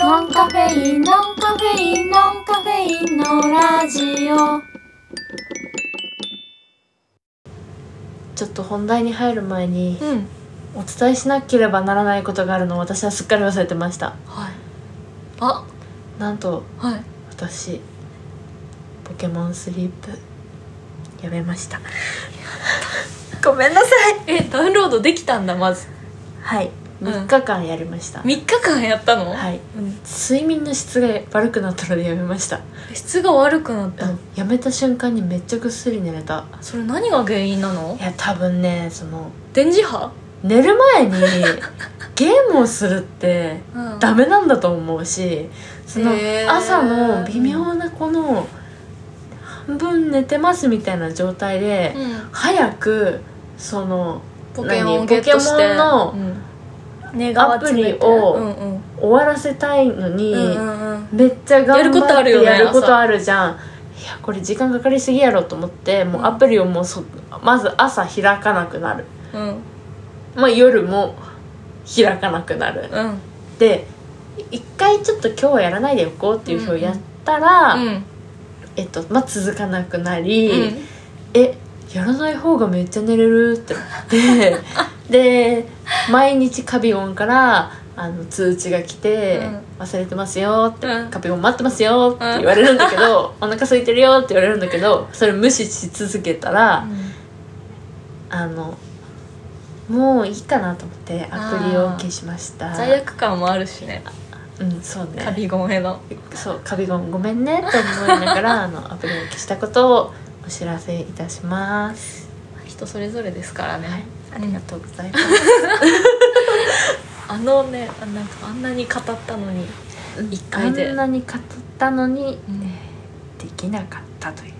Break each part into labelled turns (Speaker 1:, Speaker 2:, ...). Speaker 1: ノンカフェインノンカフェインノンカフェインのラジオ
Speaker 2: ちょっと本題に入る前に
Speaker 3: うん
Speaker 2: お伝えしなければならないことがあるのを私はすっかり忘れてました
Speaker 3: はいあ
Speaker 2: なんと
Speaker 3: はい
Speaker 2: 私ポケモンスリープやめましたごめんなさい
Speaker 3: えダウンロードできたんだまず
Speaker 2: はい
Speaker 3: うん
Speaker 2: 3日間やりました、
Speaker 3: 3日間やったの、
Speaker 2: はい
Speaker 3: うん、
Speaker 2: 睡眠の質が悪くなったのでやめました、
Speaker 3: 質が悪くなった、
Speaker 2: やめた瞬間にめっちゃぐっすり寝れた
Speaker 3: それ何が原因なの
Speaker 2: いや多分ねその
Speaker 3: 電磁波、
Speaker 2: 寝る 前にゲームをするって
Speaker 3: うん
Speaker 2: ダメなんだと思うしその
Speaker 3: へー
Speaker 2: 朝の微妙なこの半分寝てますみたいな状態で
Speaker 3: うん、
Speaker 2: 早くその
Speaker 3: ポケモンを
Speaker 2: 何
Speaker 3: ゲットして
Speaker 2: ポケモンの
Speaker 3: うん、願わ集めて
Speaker 2: アプリを
Speaker 3: うんうん
Speaker 2: 終わらせたいのに、
Speaker 3: うんうんうん
Speaker 2: めっちゃ
Speaker 3: やる
Speaker 2: 頑
Speaker 3: こと
Speaker 2: 張
Speaker 3: ある
Speaker 2: って
Speaker 3: よね
Speaker 2: やることあるじゃん、いやこれ時間かかりすぎやろと思ってもうアプリをもうそまず朝開かなくなる、
Speaker 3: うん
Speaker 2: まあ、夜も開かなくなる
Speaker 3: うん
Speaker 2: で一回ちょっと今日はやらないでおこうっていうふうやったら、
Speaker 3: うん
Speaker 2: えっとまあ、続かなくなり、
Speaker 3: うん
Speaker 2: えやらない方がめっちゃ寝れるってなって で毎日カビオンからあの通知が来て、
Speaker 3: うん
Speaker 2: 忘れてますよって、
Speaker 3: うん
Speaker 2: カビオン待ってますよって言われるんだけど、お腹空いてるよって言われるんだけどそれ無視し続けたら、あのもういいかなと思ってアプリを消しました
Speaker 3: 罪悪感もあるしね
Speaker 2: うんそうね
Speaker 3: カビゴンへの
Speaker 2: そうカビゴンごめんねって思いながらあのアプリを消したことをお知らせいたします
Speaker 3: 人それぞれですからね、
Speaker 2: はいあ
Speaker 3: り
Speaker 2: り
Speaker 3: が
Speaker 2: が
Speaker 3: と
Speaker 2: とうございます、
Speaker 3: あのねあなんかあんなに語ったのに一回で
Speaker 2: あんなに語ったのに、
Speaker 3: うん
Speaker 2: えーできなかったという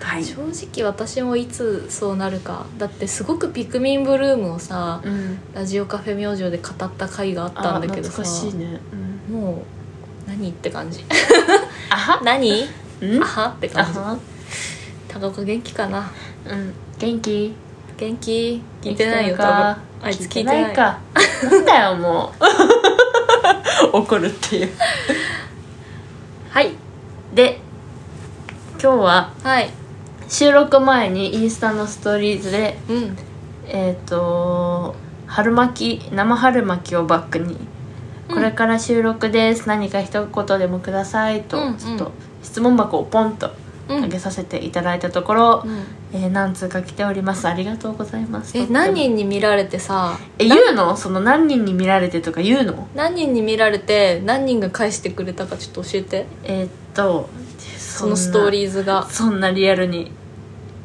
Speaker 2: はい
Speaker 3: 正直私もいつそうなるかだってすごくピクミンブルームをさ
Speaker 2: うん
Speaker 3: ラジオカフェ明星で語った回があっ
Speaker 2: あ
Speaker 3: たんだけどさ
Speaker 2: 懐かしいね、うん、
Speaker 3: もう何って感 じ
Speaker 2: あは
Speaker 3: 何
Speaker 2: う ん
Speaker 3: あはって
Speaker 2: あ
Speaker 3: 感じ
Speaker 2: は
Speaker 3: 高岡元気かな
Speaker 2: うん元気
Speaker 3: 元気聞いてないよ
Speaker 2: 元気
Speaker 3: 多分
Speaker 2: か
Speaker 3: あいつ聞
Speaker 2: 聞い
Speaker 3: い
Speaker 2: て
Speaker 3: て
Speaker 2: な
Speaker 3: ないい
Speaker 2: かなんだよもう 怒るっていう
Speaker 3: はい
Speaker 2: で今日は
Speaker 3: はい
Speaker 2: 収録前にインスタのストーリーズで
Speaker 3: うん
Speaker 2: えっ、と春巻き生春巻きをバックに、
Speaker 3: うん
Speaker 2: これから収録です何か一言でもくださいと、
Speaker 3: うんうん
Speaker 2: ちょっと質問箱をポンと
Speaker 3: う
Speaker 2: 投
Speaker 3: ん
Speaker 2: げさせていただいたところ、
Speaker 3: うん
Speaker 2: えー何通か来ておりますありがとうございます
Speaker 3: え
Speaker 2: とっても
Speaker 3: 何人に見られてさ
Speaker 2: え言うのその何人に見られてとか言うの
Speaker 3: 何人に見られて何人が返してくれたかちょっと教えて
Speaker 2: えーっと
Speaker 3: そのストー
Speaker 2: ー
Speaker 3: リーズが
Speaker 2: そんなリアルに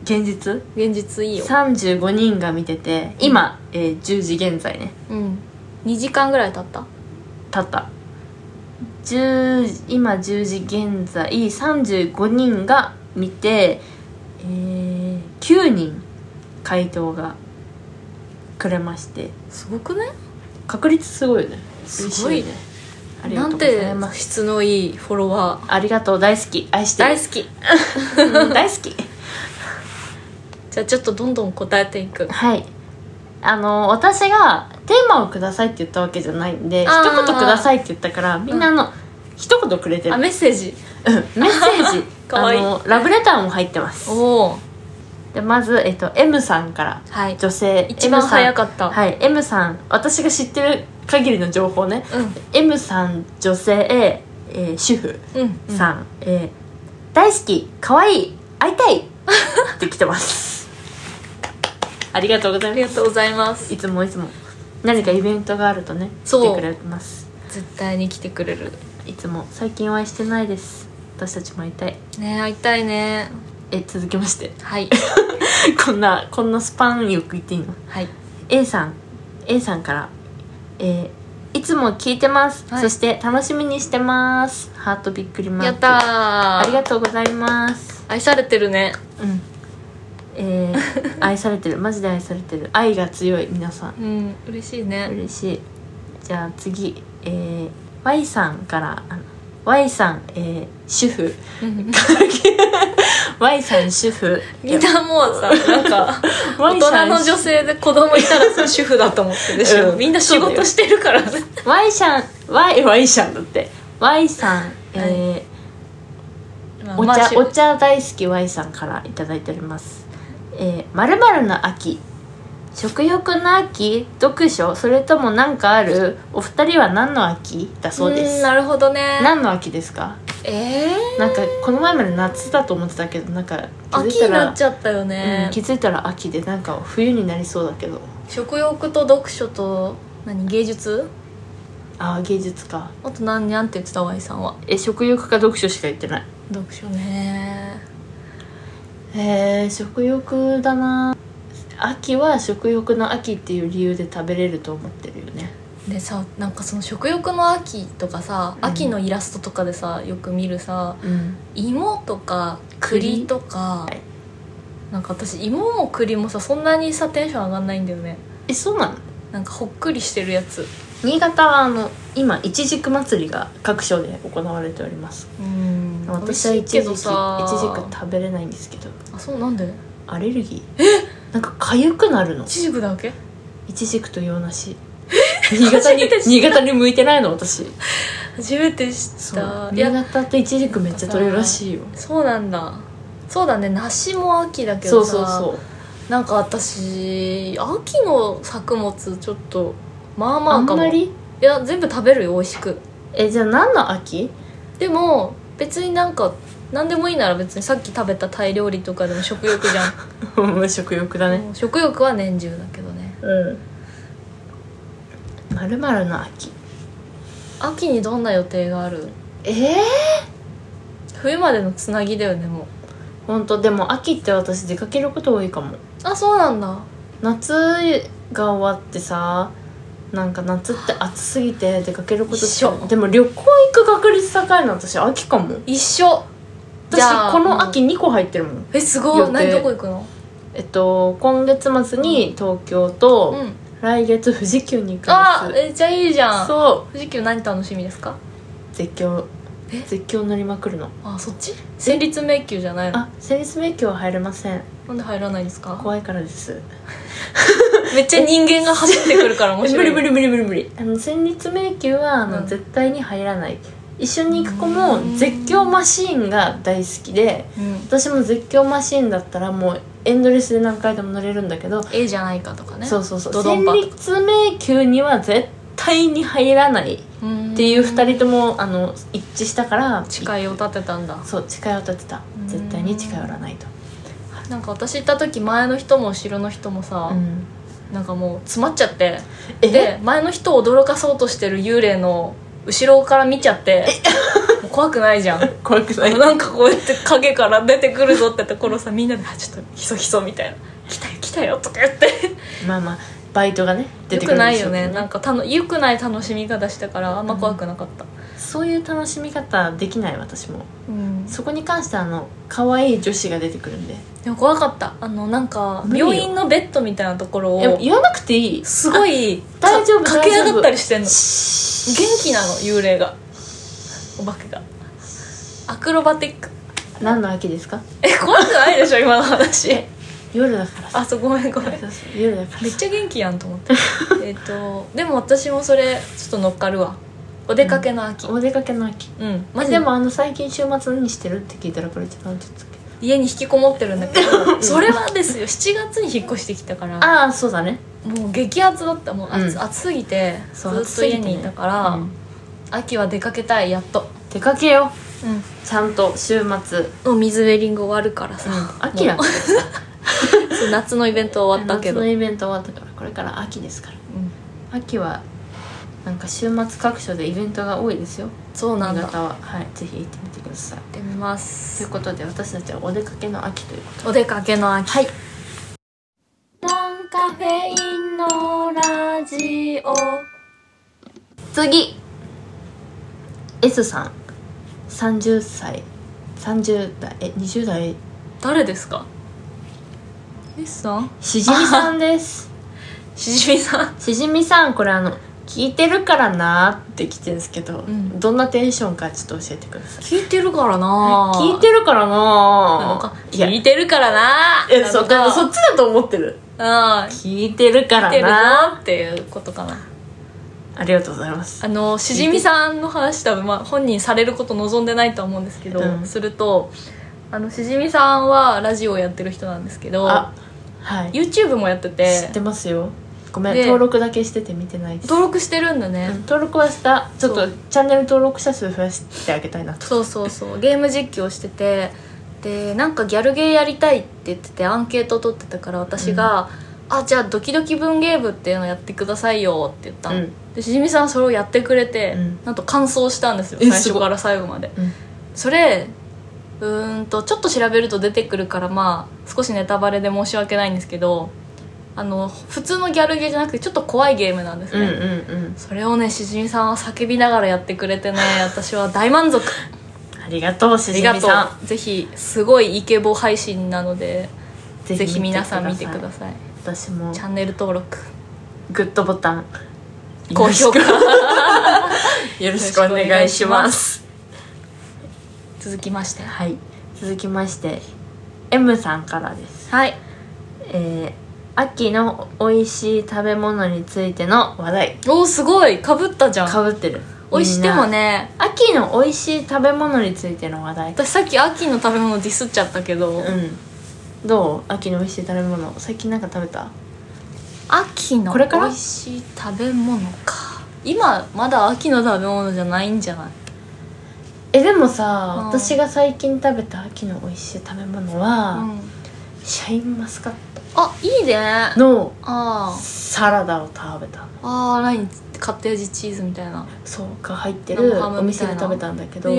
Speaker 2: 現実
Speaker 3: 現実いいよ、
Speaker 2: 35人が見てて今、えー10時現在ね
Speaker 3: うん、2時間ぐらい経った
Speaker 2: たった10今10時現在35人が見て、えー9人回答がくれまして
Speaker 3: すごくね
Speaker 2: 確率すごいよね
Speaker 3: すごいね
Speaker 2: 嬉しいねありが
Speaker 3: な
Speaker 2: とうんござい
Speaker 3: て
Speaker 2: ます
Speaker 3: 質のいいフォロワー
Speaker 2: ありがとう大好き愛してる
Speaker 3: 大好き
Speaker 2: うん 大好き
Speaker 3: じゃあちょっとどんどん答えていく
Speaker 2: はいあの私がテーマをくださいって言ったわけじゃないんで一
Speaker 3: あー
Speaker 2: 言くださいって言ったからみんなあの、一言くれてる
Speaker 3: あメッセージ
Speaker 2: うんメッ セージ
Speaker 3: かわいい
Speaker 2: あのラブレターも入ってます
Speaker 3: おお
Speaker 2: でまず、えっと、M さんから
Speaker 3: はい
Speaker 2: 女性
Speaker 3: 一番
Speaker 2: M さん
Speaker 3: 早かった、
Speaker 2: はい、M さん私が知ってる限りの情報ね
Speaker 3: う
Speaker 2: M さん女性、えー主婦
Speaker 3: んうんうん
Speaker 2: さん、えー大好き可愛い会いたいって来てます ありがとうござ
Speaker 3: あ
Speaker 2: い
Speaker 3: り
Speaker 2: ま
Speaker 3: がとうございます
Speaker 2: すいつもいつも何かイベントがあるとね
Speaker 3: そう
Speaker 2: 来てくれます
Speaker 3: 絶対に来てくれる
Speaker 2: いつも最近お会いしてないです私たちも会いたい
Speaker 3: ね会いたいね
Speaker 2: え続きまして
Speaker 3: はい
Speaker 2: こんなこんなスパンよく言っていいの
Speaker 3: はい
Speaker 2: A さん A さんから、えーいつも聞いてます、
Speaker 3: はい
Speaker 2: そして楽しみにしてますハートびっくりマーク
Speaker 3: やったー
Speaker 2: あ
Speaker 3: あ
Speaker 2: りがとうございます
Speaker 3: 愛されてるね
Speaker 2: うんえ ー愛されてるマジで愛されてる愛が強い皆さん
Speaker 3: うん嬉しいね
Speaker 2: 嬉しいじゃあ次、えー Y さんからあの Y さん、えー主婦 Y さん主婦
Speaker 3: ギターもうさなんか大
Speaker 2: Y さ
Speaker 3: 人
Speaker 2: ん
Speaker 3: の女性で子供いたらさ主婦だと思ってるでしょ、
Speaker 2: うん
Speaker 3: みんな仕事してるからね
Speaker 2: Y さん Y, y さんだって Y さん、えー
Speaker 3: まあ
Speaker 2: お
Speaker 3: まあ
Speaker 2: 茶
Speaker 3: 主
Speaker 2: お茶大好き Y さんからいただいておりますえー、〇〇の秋食欲の秋読書それとも何かあるお二人は何の秋だそうで
Speaker 3: ん
Speaker 2: す
Speaker 3: なるほどね
Speaker 2: 何の秋ですか
Speaker 3: えー、
Speaker 2: なんかこの前まで夏だと思ってたけどなんか気づ
Speaker 3: 秋
Speaker 2: いた
Speaker 3: にな
Speaker 2: ら
Speaker 3: っちゃったよね
Speaker 2: うん、、気づいたら秋でなんか冬になりそうだけど
Speaker 3: 食欲と読書と何芸術
Speaker 2: ああ芸術か
Speaker 3: あと何にゃんって言ってた Y さんは
Speaker 2: え食欲か読書しか言ってない
Speaker 3: 読書ね
Speaker 2: へえ食欲だな秋は食欲の秋っていう理由で食べれると思ってるよね
Speaker 3: でさなんかその食欲の秋とかさ、
Speaker 2: うん
Speaker 3: 秋のイラストとかでさよく見るさ
Speaker 2: うん
Speaker 3: 芋とか栗とか、
Speaker 2: 栗はい
Speaker 3: なんか私芋も栗もさそんなにさテンション上がんないんだよね
Speaker 2: えそうなの
Speaker 3: なんかほっくりしてるやつ
Speaker 2: 新潟はあの今いちじく祭りが各所で行われております
Speaker 3: うん
Speaker 2: 私はい
Speaker 3: 美
Speaker 2: ちじ
Speaker 3: 味しいけ
Speaker 2: く
Speaker 3: ど
Speaker 2: いちじく
Speaker 3: さ
Speaker 2: 食べれないんですけど
Speaker 3: あそうなんで
Speaker 2: アレルギーえなんか痒くなるの
Speaker 3: いちじくだけ
Speaker 2: いちじくと洋梨新潟に
Speaker 3: 初めて知った
Speaker 2: 新潟に向いてないの私
Speaker 3: 初めて知っ
Speaker 2: そう
Speaker 3: たい
Speaker 2: 新
Speaker 3: や
Speaker 2: 潟っていちじくめっちゃ取れるらしいよ
Speaker 3: そうなんだそうだね梨も秋だけ
Speaker 2: そ
Speaker 3: ど
Speaker 2: う
Speaker 3: さ
Speaker 2: そうそう
Speaker 3: なんか私秋の作物ちょっとまあま
Speaker 2: あ
Speaker 3: あ
Speaker 2: ん
Speaker 3: かも
Speaker 2: まり
Speaker 3: いや全部食べるよ美味しく
Speaker 2: えじゃあ何の秋
Speaker 3: でも別になんか何でもいいなら別にさっき食べたタイ料理とかでも食欲じゃん、
Speaker 2: うん食欲だね
Speaker 3: もう 食欲は年中だけどね
Speaker 2: うんまるまるの秋
Speaker 3: 秋にどんな予定がある
Speaker 2: ええ
Speaker 3: 冬までのつなぎだよねもう
Speaker 2: 本当でも秋って私出かけること多いかも
Speaker 3: あそうなんだ
Speaker 2: 夏が終わってさなんか夏って暑すぎて出かけることしか
Speaker 3: 一緒
Speaker 2: でも旅行行く確率高いの私秋かも
Speaker 3: 一緒じゃ
Speaker 2: 私
Speaker 3: あ
Speaker 2: この秋2個入ってるもん
Speaker 3: えすご
Speaker 2: 予
Speaker 3: い
Speaker 2: 定
Speaker 3: 何どこ行くの
Speaker 2: えっと今月末に東京と、
Speaker 3: うん
Speaker 2: 来月富士急に行く
Speaker 3: あ
Speaker 2: んです
Speaker 3: えじゃあいいじゃん
Speaker 2: そ
Speaker 3: 富士急何楽しみですか
Speaker 2: う絶叫
Speaker 3: え
Speaker 2: 絶叫乗りまくるの
Speaker 3: あそっち戦慄迷宮じゃないの
Speaker 2: あ成立迷宮は入れません
Speaker 3: なんで入らないんですか
Speaker 2: 怖いからです
Speaker 3: めっちゃ人間が走ってくるから面
Speaker 2: え
Speaker 3: 白
Speaker 2: 無
Speaker 3: い
Speaker 2: 理無理無理無理無理あの戦慄迷宮はあの、
Speaker 3: うん
Speaker 2: 絶対に入らない一緒に行く子も
Speaker 3: うん
Speaker 2: 絶叫マシーンが大好きで
Speaker 3: うん
Speaker 2: 私も絶叫マシーンだったらもうエンドレスで何回でも乗れるんだけど、
Speaker 3: A じゃないかとかね
Speaker 2: そうそうそう
Speaker 3: ドド
Speaker 2: 戦
Speaker 3: ンパと
Speaker 2: 慄迷宮には絶対に入らないっ
Speaker 3: って
Speaker 2: いう2人ともあの一致したから
Speaker 3: 誓いを立てたんだ
Speaker 2: そう誓いを立てた
Speaker 3: うん
Speaker 2: 絶対に誓いを売らないと
Speaker 3: なんか私行った時前の人も後ろの人もさ、
Speaker 2: うん
Speaker 3: なんかもう詰まっちゃって
Speaker 2: え
Speaker 3: で前の人を驚かそうとしてる幽霊の後ろから見ちゃってもう怖くないじゃん
Speaker 2: 怖くな
Speaker 3: あのなんかこうやって影から出てくるぞってところさみんなであ「ちょっとひそひそ」みたいな「来たよ来たよ」とか言って
Speaker 2: まあまあバイトがね出
Speaker 3: よ
Speaker 2: てく
Speaker 3: く
Speaker 2: るん
Speaker 3: ない
Speaker 2: でしょ
Speaker 3: よ
Speaker 2: うけど
Speaker 3: ねなんかたのよくない楽しみ方したからあんま怖くなかった、
Speaker 2: そういう楽しみ方できない私も
Speaker 3: うん
Speaker 2: そこに関してはあの可愛い女子が出てくるんで
Speaker 3: でも怖かったあのなんか
Speaker 2: 無理よ
Speaker 3: 病院のベッドみたいなところ
Speaker 2: え
Speaker 3: を
Speaker 2: 言わなくていい
Speaker 3: すごい
Speaker 2: あ大丈夫
Speaker 3: か駆け上がったりしてんの
Speaker 2: 元
Speaker 3: 元気なの幽霊がお化けがアクロバティック
Speaker 2: 何の秋ですか
Speaker 3: え怖くないでしょ今の話
Speaker 2: 夜だからさ
Speaker 3: あそうごめんごめん
Speaker 2: そうそう夜だから
Speaker 3: めっちゃ元気やんと思って えっとでも私もそれちょっと乗っかるわお出かけの秋
Speaker 2: さお出かけの秋
Speaker 3: うん、マ
Speaker 2: ま
Speaker 3: ジ
Speaker 2: で
Speaker 3: で
Speaker 2: もあの最近週末何してるって聞いたらこれちょっと何て言ってたっけ
Speaker 3: 家に引きこもってるんだけどそれはですよ7月に引っ越してきたから
Speaker 2: ああそうだね
Speaker 3: もう激アツだったもう暑,、
Speaker 2: うん
Speaker 3: 暑すぎてず
Speaker 2: そ
Speaker 3: っ
Speaker 2: う暑
Speaker 3: と
Speaker 2: すぎて
Speaker 3: 家
Speaker 2: ね
Speaker 3: にいたから、
Speaker 2: うん
Speaker 3: 秋は出かけたいやっと
Speaker 2: 出かけよ
Speaker 3: うん
Speaker 2: うちゃんと週末
Speaker 3: もう水ウェリング終わるからさ、
Speaker 2: 秋だ
Speaker 3: もうそう夏のイベント終わったけど、
Speaker 2: 夏のイベント終わったからこれから秋ですから
Speaker 3: うん
Speaker 2: 秋はなんか週末各所でイベントが多いですよ
Speaker 3: そうなん
Speaker 2: 新
Speaker 3: だ
Speaker 2: 潟ははいぜひ行ってみてください
Speaker 3: 行ってみま
Speaker 2: とい
Speaker 3: す
Speaker 2: うことで私たちはお出かけの秋ということ
Speaker 3: お出かけの秋はい
Speaker 1: ノンカフェインのラジオ
Speaker 2: 次 S さん30歳30代え20代
Speaker 3: 誰ですかエスさん
Speaker 2: しじみさんです
Speaker 3: しじみさん
Speaker 2: しじみさんこれあの聞いてるからなーって来てるんですけど、
Speaker 3: ん
Speaker 2: どんなテンションかちょっと教えてください
Speaker 3: 聞いてるからな
Speaker 2: 聞いてるから
Speaker 3: なの
Speaker 2: な
Speaker 3: か
Speaker 2: ーいや
Speaker 3: 聞いてるからな
Speaker 2: えそっ
Speaker 3: な
Speaker 2: か
Speaker 3: の
Speaker 2: そっちだと思ってる
Speaker 3: うん
Speaker 2: 聞いてるか
Speaker 3: 聞いて
Speaker 2: ら
Speaker 3: る
Speaker 2: な
Speaker 3: なっていうことかな
Speaker 2: ありがとうございます
Speaker 3: あのしじみさんの話多分、まあ、本人されること望んでないとは思うんですけど、
Speaker 2: うん
Speaker 3: するとあのしじみさんはラジオをやってる人なんですけど
Speaker 2: あはい
Speaker 3: YouTube もやって
Speaker 2: 知っててますよごめん
Speaker 3: で
Speaker 2: 登録だけしてて見てないです
Speaker 3: 登録してるんだね、
Speaker 2: うん登録はしたちょ
Speaker 3: そ
Speaker 2: っと
Speaker 3: う
Speaker 2: チャンネル登録者数増やしてあげたいなと
Speaker 3: そうそうそうゲーム実況しててでなんかギャルゲーやりたいって言っててアンケート取ってたから私が「あじゃあドキドキ文芸部っていうのやってくださいよ」って言ったの、
Speaker 2: うん
Speaker 3: でしじみさんそれをやってくれて、
Speaker 2: うん
Speaker 3: なんと完走したんですよ
Speaker 2: え
Speaker 3: 最
Speaker 2: す
Speaker 3: 初
Speaker 2: ごい
Speaker 3: から最後まで
Speaker 2: うん
Speaker 3: それうーんとちょっと調べると出てくるからまあ少しネタバレで申し訳ないんですけどあの普通のギャルゲーじゃなくてちょっと怖いゲームなんです
Speaker 2: うん
Speaker 3: ね、
Speaker 2: うんうん
Speaker 3: それをねしじみさんは叫びながらやってくれ てね私は大満足
Speaker 2: ありがとうし
Speaker 3: あ
Speaker 2: じ
Speaker 3: りが
Speaker 2: みさ
Speaker 3: とうぜひすごいイケボ配信なので
Speaker 2: ん
Speaker 3: ぜひ皆さん見てください
Speaker 2: 私も
Speaker 3: チャンネル登録
Speaker 2: グッドボタン
Speaker 3: 高評価
Speaker 2: よろしくお願いします
Speaker 3: 続きまして
Speaker 2: はい続きまして M さんからです
Speaker 3: はい
Speaker 2: えー、秋の美味しい食べ物についての話題
Speaker 3: おーすごいかぶったじゃ
Speaker 2: か
Speaker 3: ん
Speaker 2: ぶってる
Speaker 3: おいしても
Speaker 2: みんな
Speaker 3: ね
Speaker 2: 秋の美味しい食べ物についての話題
Speaker 3: 私さっき秋の食べ物ディスっちゃったけど、
Speaker 2: うんどう秋の美味しい食べ物最近なんか食べた
Speaker 3: 秋の
Speaker 2: こ
Speaker 3: 美
Speaker 2: れから
Speaker 3: 味しい食べ物か今まだ秋の食べ物じゃないんじゃない
Speaker 2: えでもさ
Speaker 3: うん
Speaker 2: 私が最近食べた秋の美味しい食べ物は、
Speaker 3: うん
Speaker 2: シャインマスカッ
Speaker 3: あいいねあ
Speaker 2: トの
Speaker 3: あ
Speaker 2: サラダを食べた
Speaker 3: あー何カッテージチーズみたいな
Speaker 2: そうか入って
Speaker 3: 生
Speaker 2: る
Speaker 3: ハム
Speaker 2: お
Speaker 3: みた
Speaker 2: 店
Speaker 3: いな
Speaker 2: で食べたんだけど、
Speaker 3: へ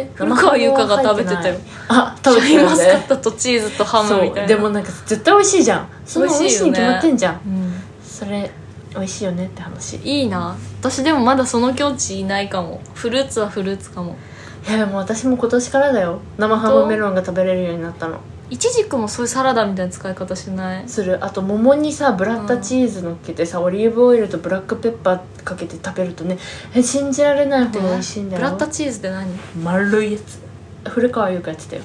Speaker 3: え古川優香が食べてたよ
Speaker 2: あ
Speaker 3: 食べ
Speaker 2: 食べて
Speaker 3: て
Speaker 2: る
Speaker 3: マ
Speaker 2: ん
Speaker 3: ス
Speaker 2: で
Speaker 3: カットとチーズとハムみたい
Speaker 2: そう
Speaker 3: な
Speaker 2: でもなんか絶対美味しいじゃんその美味しいに決まってんじゃん、
Speaker 3: うん
Speaker 2: それ美味しいよねって話い
Speaker 3: いいな私でもまだその境地いないかもフルーツはフルーツかも
Speaker 2: やでも私も今年からだよ生ハムメロンが食べれるようになったの
Speaker 3: いちじくもそういうサラダみたいな使い方しない
Speaker 2: するあと桃にさブラッタチーズのっけてさ、オリーブオイルとブラックペッパーかけて食べるとねえ信じられないほど美味しいんだ
Speaker 3: ブ
Speaker 2: よ
Speaker 3: ラッタチーズって何
Speaker 2: 丸いやつ古川優香やってたよ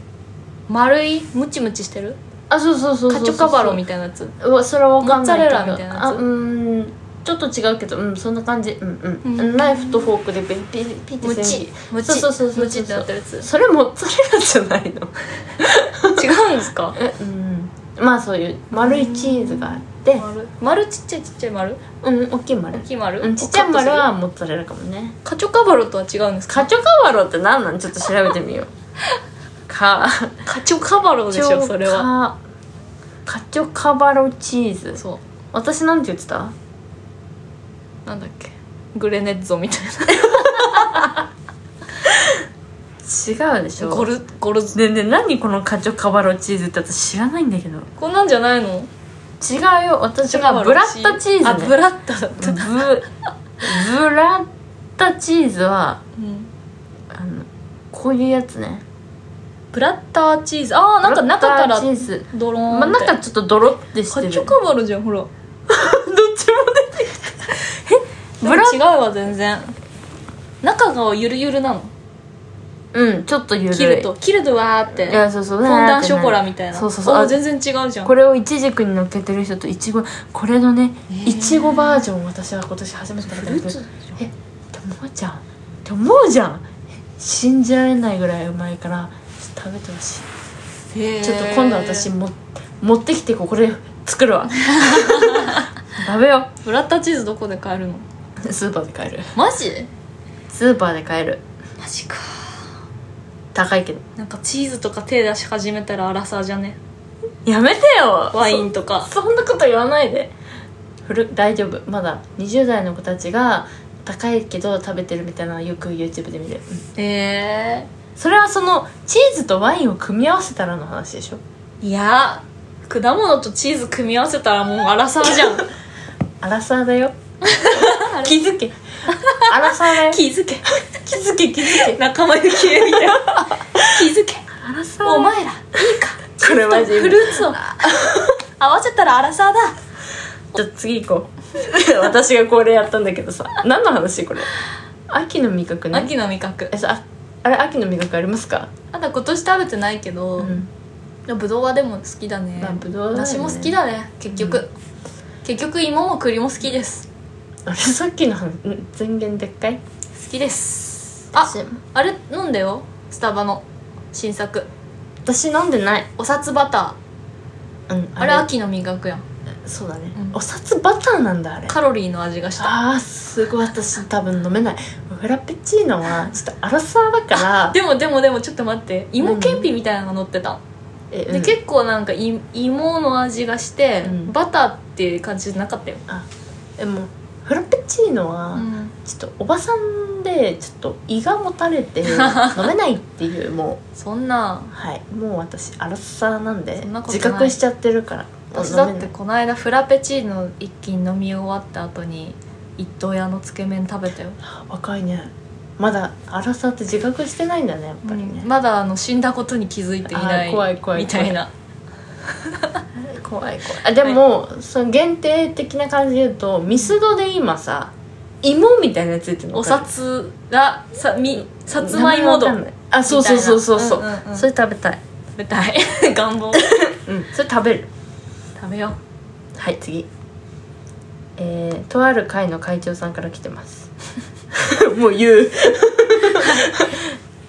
Speaker 3: 丸いムチムチしてる
Speaker 2: あそうそうそうそうそう
Speaker 3: カチョカバロみたいなやつ
Speaker 2: うわそれはわかんないけど
Speaker 3: モッツァレラみたいなやつ
Speaker 2: あうーんちょっと違うけどうんそんな感じうんうん、
Speaker 3: うん
Speaker 2: ナイフとフォークでピッピッピッ
Speaker 3: ム
Speaker 2: て
Speaker 3: チ
Speaker 2: せ
Speaker 3: ムチ
Speaker 2: そうそうそうそうそう
Speaker 3: ムチってなってるやつ
Speaker 2: んそれモッツァレラじゃないの
Speaker 3: 違うんですか
Speaker 2: えうんまあそういう丸いチーズがあって
Speaker 3: 丸丸ちっちゃいちっちゃい丸
Speaker 2: うん大きい丸
Speaker 3: 大きい丸、
Speaker 2: うん、ちっちゃい丸はモッツァレラかもね
Speaker 3: カチョカバロとは違うんですか
Speaker 2: カチョカバロって何なんちょっと調べてみようか
Speaker 3: カチョカバロでしょそれは
Speaker 2: カチョカバロチーズ
Speaker 3: そう
Speaker 2: 私なんて言ってた
Speaker 3: なんだっけグレネッゾみたい
Speaker 2: 違うでし
Speaker 3: な
Speaker 2: ょ
Speaker 3: ゴルゴル
Speaker 2: ねえねえ何このカチョカバロチーズって私知らないんだけど違
Speaker 3: こんなんじゃないの
Speaker 2: うよ私がブラッタチーズ、ね、
Speaker 3: あブラッタだっ
Speaker 2: ブ
Speaker 3: た、
Speaker 2: ブラッタチーズは
Speaker 3: うん、
Speaker 2: あのこういうやつね
Speaker 3: ブラッタチーズああなんか中か
Speaker 2: ブ
Speaker 3: ら
Speaker 2: ラッタチーズ
Speaker 3: ドローン
Speaker 2: まあ、なん
Speaker 3: って
Speaker 2: かちょっとドロってして
Speaker 3: カ
Speaker 2: る
Speaker 3: チョカバロじゃんほら
Speaker 2: どっちも
Speaker 3: で
Speaker 2: ブ
Speaker 3: も
Speaker 2: ラ
Speaker 3: 違うわ全然中がゆるゆるなの
Speaker 2: うんちょっと緩い
Speaker 3: 切ると切るとわーっ
Speaker 2: い
Speaker 3: て
Speaker 2: やそうそう
Speaker 3: フォンダンショコラみたいな
Speaker 2: そうそうそう
Speaker 3: あ
Speaker 2: あ
Speaker 3: 全然違うじゃん
Speaker 2: これをいちじくに乗っけてる人といちごこれのね
Speaker 3: えー
Speaker 2: いちごバージョンを私は今年初めて食べた
Speaker 3: フ
Speaker 2: ん
Speaker 3: ルー
Speaker 2: だけど
Speaker 3: ツ
Speaker 2: えって思うじゃんって思うじゃんえ信じられないぐらいうまいからちょっと食べてほしいちょっと今度私も持ってきてここで作る わ食べよ
Speaker 3: ブラッタチーズどこで買えるの
Speaker 2: うスーパーで買える
Speaker 3: マジ
Speaker 2: スーパーで買える
Speaker 3: マジか
Speaker 2: 高いけど
Speaker 3: なんかチーズとか手出し始めたらアラサーじゃね
Speaker 2: やめてよ
Speaker 3: ワインとか
Speaker 2: そんなこと言わないで古大丈夫まだ20代の子たちが高いけど食べてるみたいなのよく YouTube で見る、うん
Speaker 3: え
Speaker 2: それはそのチーズとワインを組み合わせたらの話でしょ
Speaker 3: ー、いや果物とチーズ組み合わせたらもうアラサー じゃん
Speaker 2: アラサーだ よ気づけアラサーだよ
Speaker 3: 気づけ
Speaker 2: 気づけ気づけ
Speaker 3: 仲間由紀恵みたいな 気づけ
Speaker 2: アラサー
Speaker 3: お前ら
Speaker 2: これマジ
Speaker 3: フルーツを合わせたらアラサーだ
Speaker 2: じゃあ次行こう 私がこれやったんだけどさ何の話これ秋の味覚ね
Speaker 3: 秋の味覚
Speaker 2: えさああれ秋の味覚ありますか、
Speaker 3: まだ今年食べてないけど、でもぶどうはでも好きだね
Speaker 2: まあぶどうだよね
Speaker 3: 私も好きだね結局、
Speaker 2: う
Speaker 3: 結局芋も栗も好きです
Speaker 2: あれさっきの話ん前言でっかい
Speaker 3: 好きですあ
Speaker 2: 私
Speaker 3: あれ飲んだよスタバの新作
Speaker 2: 私飲んでない、
Speaker 3: お札バタ
Speaker 2: うん、
Speaker 3: ーあれ秋の味覚やん
Speaker 2: そうだね、
Speaker 3: うん
Speaker 2: お札バターなんだあれ
Speaker 3: カロリーの味がした
Speaker 2: あーすごい私多分飲めないフラペチーノはちょっとアラサーだから
Speaker 3: でもでもでもちょっと待って芋けんぴみたいなのが乗ってた、
Speaker 2: えうん
Speaker 3: で結構なんかい芋の味がして、
Speaker 2: うん
Speaker 3: バターっていう感じじゃなかったよ、
Speaker 2: でもフラペチーノは、
Speaker 3: うん
Speaker 2: ちょっとおばさんでちょっと胃がもた れて飲めないっていうも
Speaker 3: そんな
Speaker 2: うはいもう私アラサーなんで
Speaker 3: そんなことない
Speaker 2: 自覚しちゃってるから
Speaker 3: 私
Speaker 2: もう
Speaker 3: だ
Speaker 2: 飲
Speaker 3: っ
Speaker 2: め
Speaker 3: て
Speaker 2: ない
Speaker 3: この間フラペチーノ一気に飲み終わった後に一等屋のつけ麺食べたよ、
Speaker 2: 若いねまだアラサーって自覚してないんだねやっぱりね、
Speaker 3: まだあの死んだことに気づいていな
Speaker 2: あ
Speaker 3: い
Speaker 2: ー怖い怖い怖い
Speaker 3: みたいな
Speaker 2: 怖い怖いあでも、その限定的な感じで言うとミスドで今さ芋みたいなやつついてるの
Speaker 3: お
Speaker 2: わかる
Speaker 3: 札がさみさつまいも丼
Speaker 2: 名前わかんないあそうそうそうそうそう,、
Speaker 3: みたいなうんうんうん
Speaker 2: それ食べたい
Speaker 3: 食べたい 願望
Speaker 2: うんそれ食べる
Speaker 3: 食べよ
Speaker 2: はい次えー、とある会の会長さんから来てます もう言う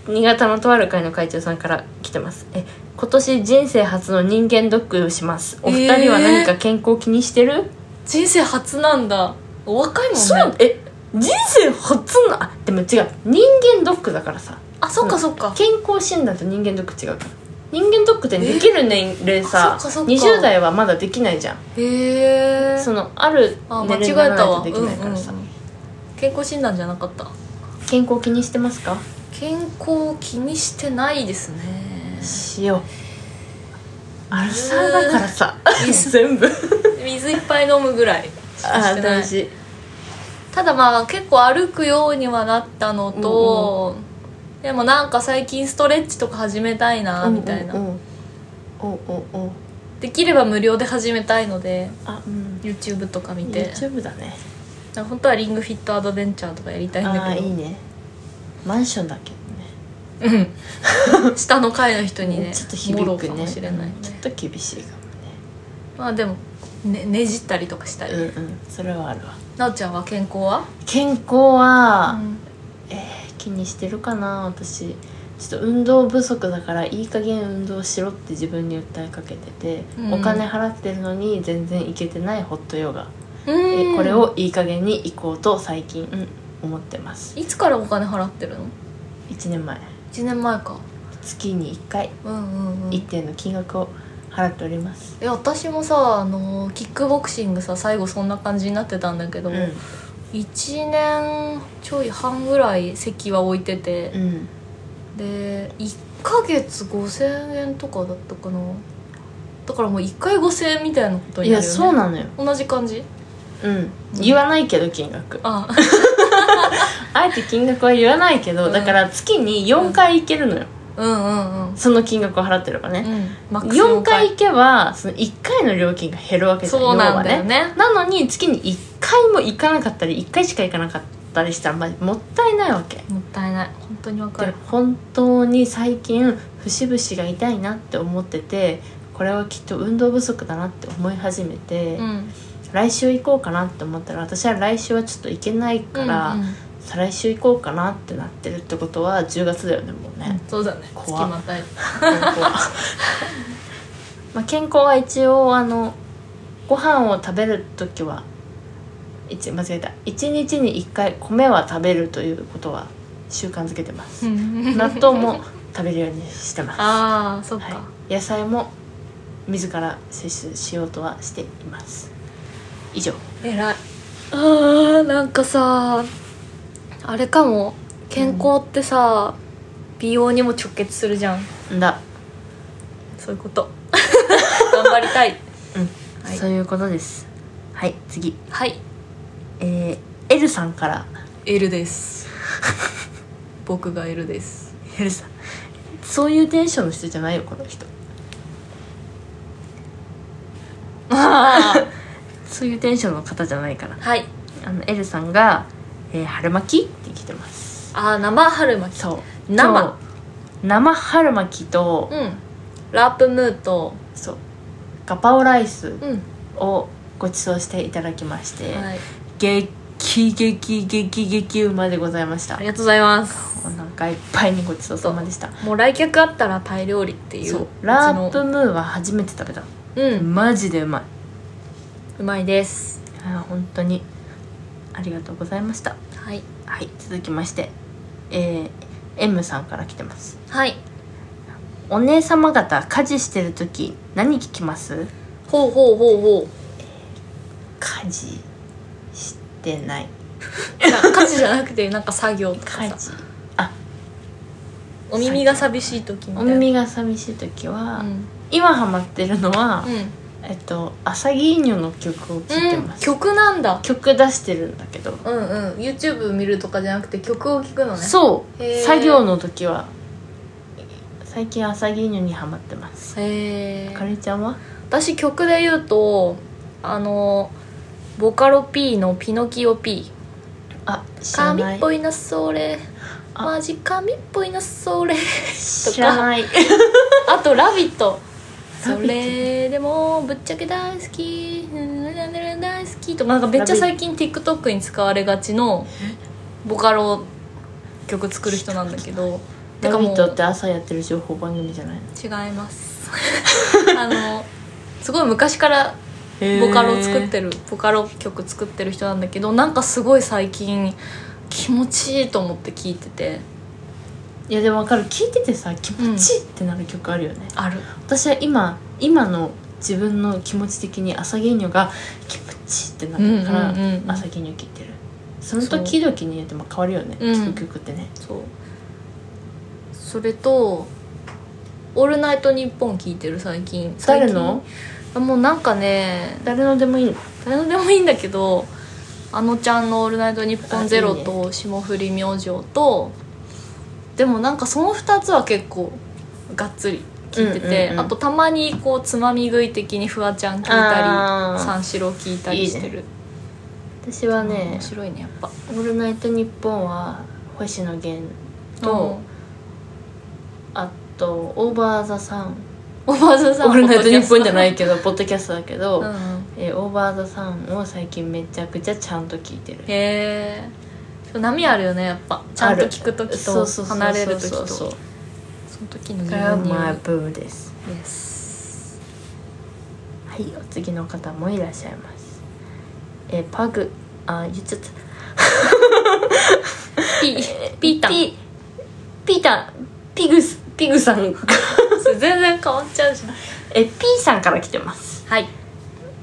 Speaker 2: 新潟のとある会の会長さんから来てますえ今年人生初の人間ドックをしますお二人は何か健康気にしてる、
Speaker 3: う人生初なんだお若いもんね
Speaker 2: そうえ人生初なあでも違う人間ドックだからさ
Speaker 3: あそっかそっか、
Speaker 2: 健康診断と人間ドック違うから人間ドックってできる年齢さ
Speaker 3: あそっかそっか
Speaker 2: 20代はまだできないじゃん
Speaker 3: へえ
Speaker 2: そのある
Speaker 3: あ間
Speaker 2: 年
Speaker 3: 違
Speaker 2: 齢
Speaker 3: え
Speaker 2: に
Speaker 3: た
Speaker 2: ならないと
Speaker 3: わ
Speaker 2: できないからさ、
Speaker 3: うんうんうん健康診断じゃなかった
Speaker 2: 健康気にしてますか
Speaker 3: 健康を気にしてないですね
Speaker 2: しようアルサーだからさ 全部
Speaker 3: 水いっぱい飲むぐらいしか
Speaker 2: あ
Speaker 3: し
Speaker 2: ー
Speaker 3: てな
Speaker 2: 大
Speaker 3: い
Speaker 2: 事
Speaker 3: ただまあ結構歩くようにはなったのと、でもなんか最近ストレッチとか始めたいなみたいな、
Speaker 2: うんうんうんおうおうおう
Speaker 3: できれば無料で始めたいので
Speaker 2: あうん
Speaker 3: YouTube とか見て、
Speaker 2: YouTube だね
Speaker 3: なんか本当はリングフィットアドベンチャーとかやりたいん
Speaker 2: あ
Speaker 3: だ
Speaker 2: あ
Speaker 3: け
Speaker 2: ー
Speaker 3: ど
Speaker 2: いいねマンションだけどね
Speaker 3: うん下の階の人にね
Speaker 2: ちょっと響く
Speaker 3: もろか
Speaker 2: ね
Speaker 3: もしれない、ね
Speaker 2: ちょっと厳しいか
Speaker 3: まあでもねねじったりとかした
Speaker 2: も
Speaker 3: り、
Speaker 2: ねうんうんそれはあるわ
Speaker 3: なおちゃんは健康は、
Speaker 2: 健康は、
Speaker 3: うん
Speaker 2: 気にしてるかな私ちょっと運動不足だからいい加減運動しろって自分に訴えかけてて、
Speaker 3: うん
Speaker 2: お金払ってるのに全然行けてないホットヨガ、
Speaker 3: う
Speaker 2: え
Speaker 3: ん
Speaker 2: これをいい加減に行こうと最近、うん思ってます
Speaker 3: いつからお金払ってるの
Speaker 2: 1年前
Speaker 3: 1年前か
Speaker 2: 月に1回
Speaker 3: うんうんうん
Speaker 2: 一定の金額を払っております、
Speaker 3: え私もさあのキックボクシングさ最後そんな感じになってたんだけど、
Speaker 2: うん
Speaker 3: 1年ちょい半ぐらい席は置いてて
Speaker 2: う、ん、
Speaker 3: で1ヶ月5000円とかだったかなだからもう1回5000円みたいなこと
Speaker 2: い
Speaker 3: にな
Speaker 2: や
Speaker 3: るよ、ね、
Speaker 2: そうなのよ、
Speaker 3: 同じ感じ
Speaker 2: うん、言わないけど金額
Speaker 3: あ
Speaker 2: あえて金額は言わないけど、
Speaker 3: うん
Speaker 2: だから月に4回行けるのよ
Speaker 3: うんうんうん
Speaker 2: その金額を払ってればね、
Speaker 3: うんマックス
Speaker 2: 4
Speaker 3: 4
Speaker 2: 回
Speaker 3: 回
Speaker 2: 行けばその1回の料金が減るわけじゃん
Speaker 3: そうなんだよ
Speaker 2: 要は
Speaker 3: ね
Speaker 2: なのに月に1回も行かなかったり1回しか行かなかったりしたら、まあ、もったいないわけ
Speaker 3: もったいない本当にわか
Speaker 2: で
Speaker 3: る
Speaker 2: 本当に最近節々が痛いなって思っててこれはきっと運動不足だなって思い始めて、
Speaker 3: うん
Speaker 2: 来週行こうかなって思ったら私は来週はちょっと行けないから、
Speaker 3: うんうん
Speaker 2: 再来週行こうかなってなってるってことは10月だよねもうね、
Speaker 3: そうだね
Speaker 2: 怖
Speaker 3: 隙間たい
Speaker 2: まあ健康は一応あのご飯を食べる時は一間違えた1日に1回米は食べるということは習慣づけて ます納豆も食べるようにしてます、は
Speaker 3: ああそっか、
Speaker 2: い、野菜も自ら摂取しようとはしています以上
Speaker 3: 偉いあーなんかさあれかも健康ってさ、美容にも直結するじゃん
Speaker 2: んだ、
Speaker 3: そういうこと 頑張りたい
Speaker 2: うん
Speaker 3: はい
Speaker 2: そういうことですはい次
Speaker 3: はい
Speaker 2: えー、L さんから
Speaker 3: L です僕が L です
Speaker 2: エルさんそういうテンションの人じゃないよこの人
Speaker 3: ああ
Speaker 2: そういうテンションの方じゃないから
Speaker 3: はい
Speaker 2: あのエルさんが、えー春巻きって来てます
Speaker 3: あー生春巻き
Speaker 2: そう
Speaker 3: 生
Speaker 2: 今日生春巻きと、
Speaker 3: うんラープムーと
Speaker 2: そうガパオライス
Speaker 3: うん
Speaker 2: をご馳走していただきまして、
Speaker 3: はい
Speaker 2: 激激激激うまでございました
Speaker 3: ありがとうございます
Speaker 2: お腹いっぱいにごちそうさまでした
Speaker 3: もう来客あったらタイ料理っていう
Speaker 2: そうう
Speaker 3: ちの
Speaker 2: ラープムーは初めて食べた
Speaker 3: うん
Speaker 2: マジでうまいう
Speaker 3: まいです
Speaker 2: あー本当にありがとうございました
Speaker 3: はい
Speaker 2: はい続きましてえー、M さんから来てます
Speaker 3: はい
Speaker 2: お姉様方家事してる時何聞きます
Speaker 3: ほうほうほうほ
Speaker 2: 家事してないう
Speaker 3: いや家事じゃなくてなんか作業とか
Speaker 2: 家
Speaker 3: さ
Speaker 2: 事
Speaker 3: お耳が寂しい時みた
Speaker 2: お
Speaker 3: いな
Speaker 2: 耳が寂しい時は、
Speaker 3: うん
Speaker 2: 今ハマってるのは、
Speaker 3: うん
Speaker 2: えっとアサギーニョの曲を聴いて
Speaker 3: うん
Speaker 2: ます、
Speaker 3: 曲なんだ
Speaker 2: 曲出してるんだけど、
Speaker 3: うんうん YouTube 見るとかじゃなくて曲を聴くのね
Speaker 2: そう
Speaker 3: へー
Speaker 2: 作業の時は最近アサギーニョにハマってます
Speaker 3: へえ
Speaker 2: あかりちゃんは
Speaker 3: 私曲で言うとあのボカロ P の「ピノキオ P
Speaker 2: あ」知ら
Speaker 3: 神
Speaker 2: な
Speaker 3: っ
Speaker 2: い
Speaker 3: ぽいなそれ
Speaker 2: あ
Speaker 3: マジ神っぽいなそれ
Speaker 2: 知らない
Speaker 3: あと「ラビット!」
Speaker 2: ラビッ
Speaker 3: そ
Speaker 2: ト
Speaker 3: れでもぶっちゃけ大好きうん大好きとかなんかめっちゃ最近 TikTok に使われがちのボカロ曲作る人なんだけど
Speaker 2: 「
Speaker 3: て
Speaker 2: ラ
Speaker 3: か
Speaker 2: ビ
Speaker 3: も
Speaker 2: ット!」っ
Speaker 3: う
Speaker 2: て朝やってる情報番組じゃないの
Speaker 3: 違います あのすごい昔からボカロ作ってるボカロ曲作ってる人なんだけどなんかすごい最近気持ちいいと思って聴いてて
Speaker 2: いやでも分かる聞いててさ気持ちいいってなる曲あるよね、
Speaker 3: ある
Speaker 2: 私は今今の自分の気持ち的に朝ゲーニョが気持ちいいってなるから、
Speaker 3: うんうんうんうん
Speaker 2: 朝ゲーニョ聴いてるその時々にでも変わるよね
Speaker 3: うん
Speaker 2: 聴く曲ってね、
Speaker 3: そうそれと「オールナイトニッポン」聴いてる最近最
Speaker 2: 誰
Speaker 3: 近
Speaker 2: の
Speaker 3: あもうなんかね
Speaker 2: 誰のでもいいの
Speaker 3: 誰のでもいいんだけどあのちゃんの「オールナイトニッポンゼロ
Speaker 2: あいい
Speaker 3: と「霜降り明星とでもなんかその2つは結構がっつり聞いてて、
Speaker 2: うんうんうん
Speaker 3: あとたまにこうつまみ食い的にフワちゃん聞い
Speaker 2: あ
Speaker 3: た
Speaker 2: ー
Speaker 3: り三四郎聞いたりしてる
Speaker 2: 私はね
Speaker 3: 面白いねやっぱ
Speaker 2: 「オールナイトニッポン」は星野源と、あと「オーバー・ザ・サン」
Speaker 3: おばあさん
Speaker 2: 「オールナイトニッポン」じゃないいけどポッドキャストだけど、
Speaker 3: うん、
Speaker 2: えーオーバー・ザ・サン」を最近めちゃくちゃちゃんと聞いてる
Speaker 3: へえ波あるよねやっぱちゃんと聞く時
Speaker 2: そう
Speaker 3: と
Speaker 2: そうそうそう
Speaker 3: 離れる時
Speaker 2: そ
Speaker 3: と
Speaker 2: うそ
Speaker 3: そ
Speaker 2: う
Speaker 3: の時の
Speaker 2: こ
Speaker 3: 自
Speaker 2: れは
Speaker 3: 分に
Speaker 2: マイブームです
Speaker 3: です
Speaker 2: はいお次の方もいらっしゃいますえーパグあ言っちゃった
Speaker 3: ピピータン
Speaker 2: ピピータンピグスピグさ ん
Speaker 3: それ全然変わっちゃうじゃん
Speaker 2: えー P さんから来てます
Speaker 3: はい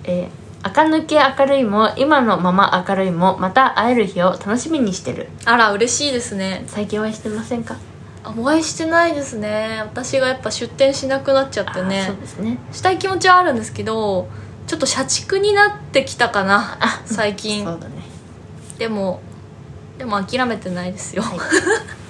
Speaker 2: えー、垢抜け明るいも今のまま明るいもまた会える日を楽しみにしてる
Speaker 3: あら嬉しいですね
Speaker 2: 最近はしてませんか
Speaker 3: あお会いしてないですね私がやっぱ出店しなくなっちゃって
Speaker 2: あーそ
Speaker 3: ね
Speaker 2: うですね
Speaker 3: したい気持ちはあるんですけどちょっと社畜になってきたかな
Speaker 2: あ
Speaker 3: 最近
Speaker 2: そうだね、
Speaker 3: でもでも諦めてないですよ、
Speaker 2: はい、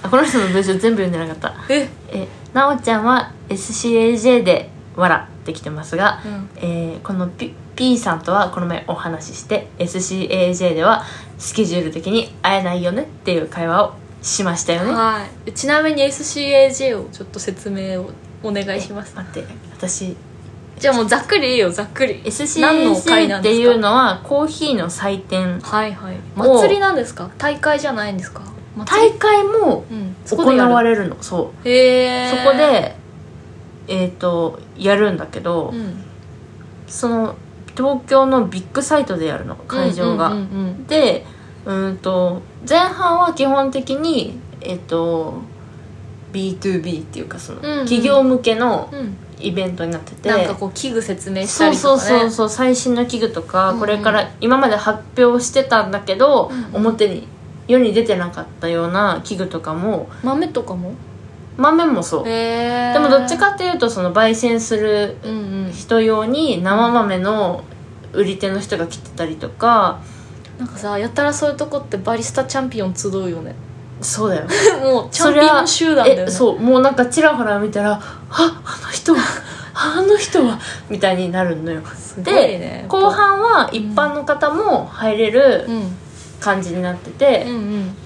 Speaker 2: あこの人の文章全部読んでなかった
Speaker 3: え、
Speaker 2: えなおちゃんは SCAJ で「わら」できてますが、
Speaker 3: うん、
Speaker 2: えーこの P, P さんとはこの前お話しして SCAJ ではスケジュール的に会えないよねっていう会話をしましたよね
Speaker 3: はいちなみに SCAJ をちょっと説明をお願いします
Speaker 2: 待って私
Speaker 3: じゃあもうざっくりいいよざっくり何の会
Speaker 2: SCAJ
Speaker 3: な
Speaker 2: っ
Speaker 3: んで
Speaker 2: て
Speaker 3: す
Speaker 2: い
Speaker 3: か
Speaker 2: うのはコーヒーの祭典
Speaker 3: はいはい
Speaker 2: もう
Speaker 3: 祭りなんですか大会じゃないんですか祭
Speaker 2: 大
Speaker 3: り
Speaker 2: 会も
Speaker 3: うんそこでや
Speaker 2: 行
Speaker 3: る
Speaker 2: われるのそう
Speaker 3: へえ
Speaker 2: そこでえっ、とやるんだけど、
Speaker 3: うん
Speaker 2: その東京のビッグサイトでやるの会場が、
Speaker 3: うんうんうんうん
Speaker 2: でうーんと前半は基本的にえっ、と B2B っていうかその、
Speaker 3: んうん
Speaker 2: 企業向けの
Speaker 3: うん
Speaker 2: イベントになってて
Speaker 3: なんかこう器具説明した
Speaker 2: そう
Speaker 3: りとか
Speaker 2: そ
Speaker 3: ね
Speaker 2: うそうそう最新の器具とか、
Speaker 3: うんうん
Speaker 2: これから今まで発表してたんだけど、
Speaker 3: うん
Speaker 2: 表に世に出てなかったような器具とかも
Speaker 3: 豆とかも
Speaker 2: 豆もそう
Speaker 3: へえ
Speaker 2: でもどっちかっていうとその焙煎する
Speaker 3: うんうん
Speaker 2: 人用に生豆の売り手の人が来てたりとか
Speaker 3: なんかさやたらそういうとこってバリスタチャンピオン集うよね
Speaker 2: そうだよ
Speaker 3: もうチャ
Speaker 2: そ
Speaker 3: ン
Speaker 2: り
Speaker 3: ピ
Speaker 2: ゃ
Speaker 3: オン集団だよね
Speaker 2: えそうもうなんかちらほら見たら「ああの人はああの人はみたいになるのよ
Speaker 3: すごい
Speaker 2: で、
Speaker 3: ね
Speaker 2: 後半は一般の方も入れる
Speaker 3: うん
Speaker 2: 感じになって
Speaker 3: う
Speaker 2: て、
Speaker 3: んうん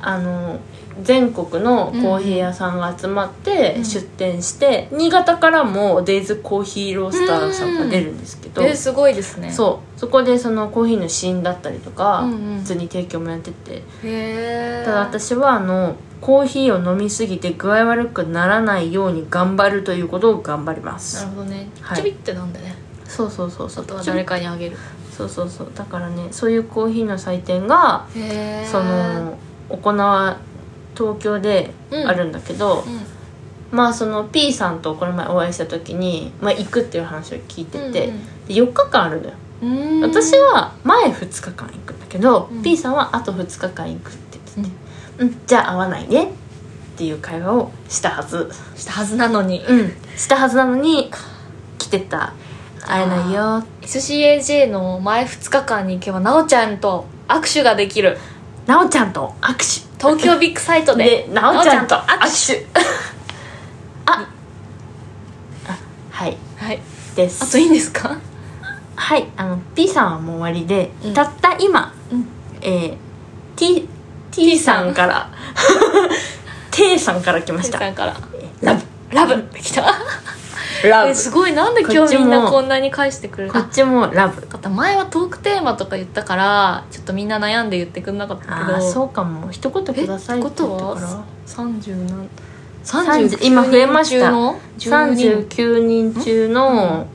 Speaker 2: あの全国のコーヒー屋さんが集まって
Speaker 3: うん
Speaker 2: 出店して、新潟からもデイズコーヒーロースターさんが出るんですけど、
Speaker 3: えすごいですね
Speaker 2: そうそこでそのコーヒーの試飲だったりとか、
Speaker 3: うんうん
Speaker 2: 普通に提供もやってて
Speaker 3: へえ
Speaker 2: ただ私はあのコーヒーを飲みすぎて具合悪くならないように頑張るということを頑張りま
Speaker 3: な
Speaker 2: す
Speaker 3: るほどね、
Speaker 2: はい
Speaker 3: ちょびってなんだね
Speaker 2: そうそうそうそう
Speaker 3: あとは誰かにあげる
Speaker 2: そうそうそうだからねそういうコーヒーの祭典が
Speaker 3: へえ
Speaker 2: その行わ東京であるんだけど、
Speaker 3: う
Speaker 2: まあその P さんとこの前お会いした時に、まあ、行くっていう話を聞いて
Speaker 3: ん
Speaker 2: て、で4日間あるのよ
Speaker 3: うんうん、
Speaker 2: 私は前2日間行くんだけど、
Speaker 3: うん
Speaker 2: P さんはあと2日間行くって
Speaker 3: う
Speaker 2: 言
Speaker 3: ん
Speaker 2: ってて、うん、じゃあ会わないねっていう会話をしたはず
Speaker 3: したはずなのに
Speaker 2: うんしたはずなのに来てた会えないよ
Speaker 3: SCAJ の前2日間に行けばなおちゃんと握手ができる
Speaker 2: なおちゃんと握手
Speaker 3: 東京ビッグサイトで
Speaker 2: でなおちゃんと
Speaker 3: なおちゃんと
Speaker 2: 握手 ああはい
Speaker 3: はい
Speaker 2: です
Speaker 3: あといいんですか
Speaker 2: はいあの P さんはもう終わりで、
Speaker 3: うん
Speaker 2: たった今、
Speaker 3: うん
Speaker 2: えー、T, T さんから T さんから来まし
Speaker 3: さ
Speaker 2: た
Speaker 3: んから
Speaker 2: ラブ
Speaker 3: ラブできた
Speaker 2: ラ
Speaker 3: えすごいなんで今
Speaker 2: こっち
Speaker 3: 日
Speaker 2: も
Speaker 3: みんなこんなに返してくれる
Speaker 2: こっちもラブ
Speaker 3: あ前はトークテーマとか言ったからちょっとみんな悩んで言ってくれなかったけ
Speaker 2: あ
Speaker 3: ど
Speaker 2: あそうかも一言ください
Speaker 3: えってこと
Speaker 2: 言った
Speaker 3: は30何
Speaker 2: 30今増えましたから
Speaker 3: 10人
Speaker 2: 39人中の、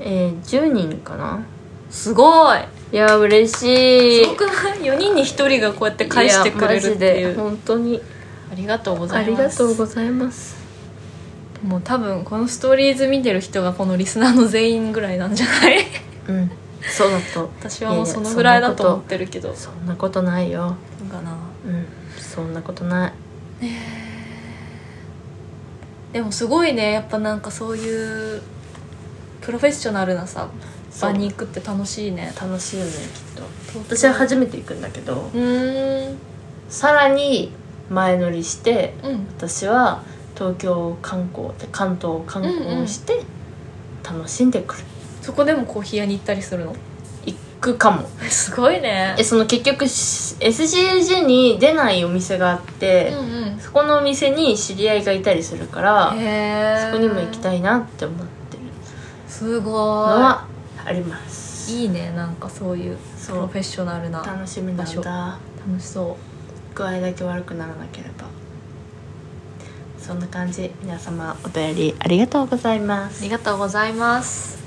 Speaker 2: えー、10人かな
Speaker 3: すごい
Speaker 2: いやー嬉しい
Speaker 3: すごくない4人に1人がこうやって返してくれるってい
Speaker 2: やマジで
Speaker 3: う
Speaker 2: 本当に
Speaker 3: ありがとうござ
Speaker 2: あ
Speaker 3: い
Speaker 2: り
Speaker 3: ま
Speaker 2: が
Speaker 3: す
Speaker 2: とうございます
Speaker 3: もう多分このストーリーズ見てる人がこのリスナーの全員ぐらいなんじゃない
Speaker 2: うんそうだと
Speaker 3: 私はもうそのぐらいだと思ってるけど
Speaker 2: そんなことないよ
Speaker 3: そうかな
Speaker 2: うんそんなことない
Speaker 3: でもすごいねやっぱなんかそういうプロフェッショナルなさ
Speaker 2: そう
Speaker 3: 場に行くって楽しいね
Speaker 2: 楽しいよねきっと私は初めて行くんだけど
Speaker 3: うーん
Speaker 2: さらに前乗りして
Speaker 3: うん
Speaker 2: 私は東京観光で関東観光をして楽しんでくる、
Speaker 3: そこでもコーヒー屋に行ったりするの
Speaker 2: 行くかも
Speaker 3: すごいね
Speaker 2: えその結局 SCG に出ないお店があって、
Speaker 3: うんうん
Speaker 2: そこのお店に知り合いがいたりするから
Speaker 3: へえ
Speaker 2: そこにも行きた
Speaker 3: い
Speaker 2: いなって思ってる
Speaker 3: す
Speaker 2: の
Speaker 3: ご
Speaker 2: はあります
Speaker 3: いいいねなんかそういうプ
Speaker 2: そう
Speaker 3: ロフェッショナルな
Speaker 2: 楽しみな
Speaker 3: 場所
Speaker 2: んだ
Speaker 3: 楽しそ
Speaker 2: 具合だけ悪くならなければそんな感じ皆様お便りありがとうございま
Speaker 3: うあり
Speaker 2: す
Speaker 3: がとうございます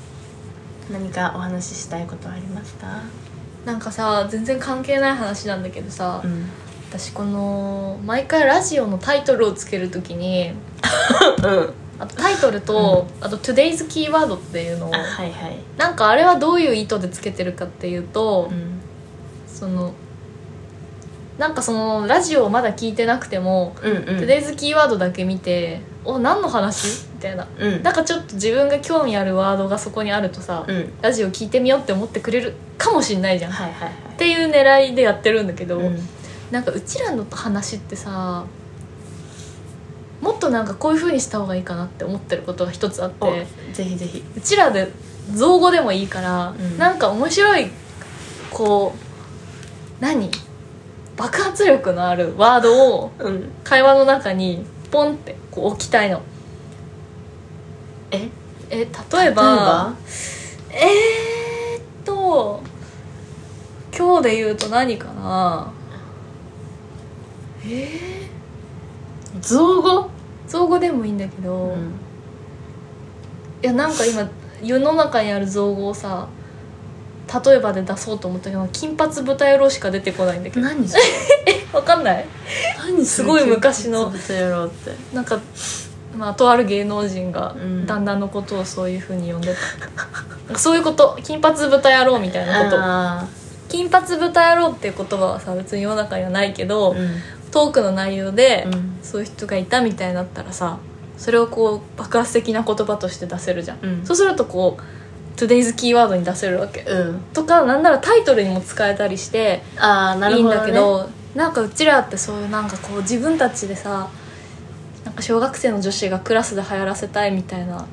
Speaker 2: 何かお話ししたいことはありますか
Speaker 3: なんかさ全然関係ない話なんだけどさ、
Speaker 2: うん
Speaker 3: 私この毎回ラジオのタイトルをつけるときに
Speaker 2: うん
Speaker 3: あとタイトル と、あと「Today's キーワード」っていうのを
Speaker 2: あはいはい
Speaker 3: なんかあれはどういう意図でつけてるかっていうと、
Speaker 2: うん
Speaker 3: そのなんかそのラジオをまだ聞いてなくても
Speaker 2: うん
Speaker 3: 「
Speaker 2: うん
Speaker 3: Today's キーワード」だけ見て「お何の話?」みたいな。
Speaker 2: うん
Speaker 3: なんかちょっと自分が興味あるワードがそこにあるとさ、
Speaker 2: うん
Speaker 3: ラジオ聞いてみようって思ってくれるかもしんないじゃん、っ
Speaker 2: はいはいはい
Speaker 3: ていう狙いでやってるんだけど、
Speaker 2: うん
Speaker 3: なんかうちらの話ってさもっとなんかこういう風にした方がいいかなって思ってることが一つあって
Speaker 2: おぜひぜひ
Speaker 3: うちらで造語でもいいから、
Speaker 2: ん
Speaker 3: なんか面白いこう何爆発力のあるワードを
Speaker 2: うん
Speaker 3: 会話の中にポンってこう置きたいの。
Speaker 2: え例え
Speaker 3: え例えばえー、っと今日で言うと何かな
Speaker 2: 造語
Speaker 3: 造語でもいいんだけど。
Speaker 2: うん
Speaker 3: いやなんか今世の中にある造語をさ例えばで出そうと思ったけど金髪豚野郎しか出てこないんだけど
Speaker 2: 何それ
Speaker 3: わかんない
Speaker 2: 何
Speaker 3: すごい昔の
Speaker 2: ことやろうって
Speaker 3: なんか、まあ、とある芸能人が
Speaker 2: うん
Speaker 3: 旦那のことをそういうふうに呼んでた、なんかそういうこと金髪豚野郎みたいなこと
Speaker 2: あ
Speaker 3: 金髪豚野郎っていう言葉はさ別に世の中にはないけど、
Speaker 2: ーうん
Speaker 3: トークの内容で、
Speaker 2: うん
Speaker 3: そういう人がいたみたいになったらさそれをこう爆発的な言葉として出せるじゃん、
Speaker 2: うん
Speaker 3: そうするとこう「Today's キーワード」に出せるわけ
Speaker 2: うん
Speaker 3: とかなんならタイトルにも使えたりして
Speaker 2: ああないる
Speaker 3: いん
Speaker 2: ほどね
Speaker 3: だけどなんかうちらってそういうなんかこう自分たちでさなんか小学生の女子がクラスで流行らせたいみたいな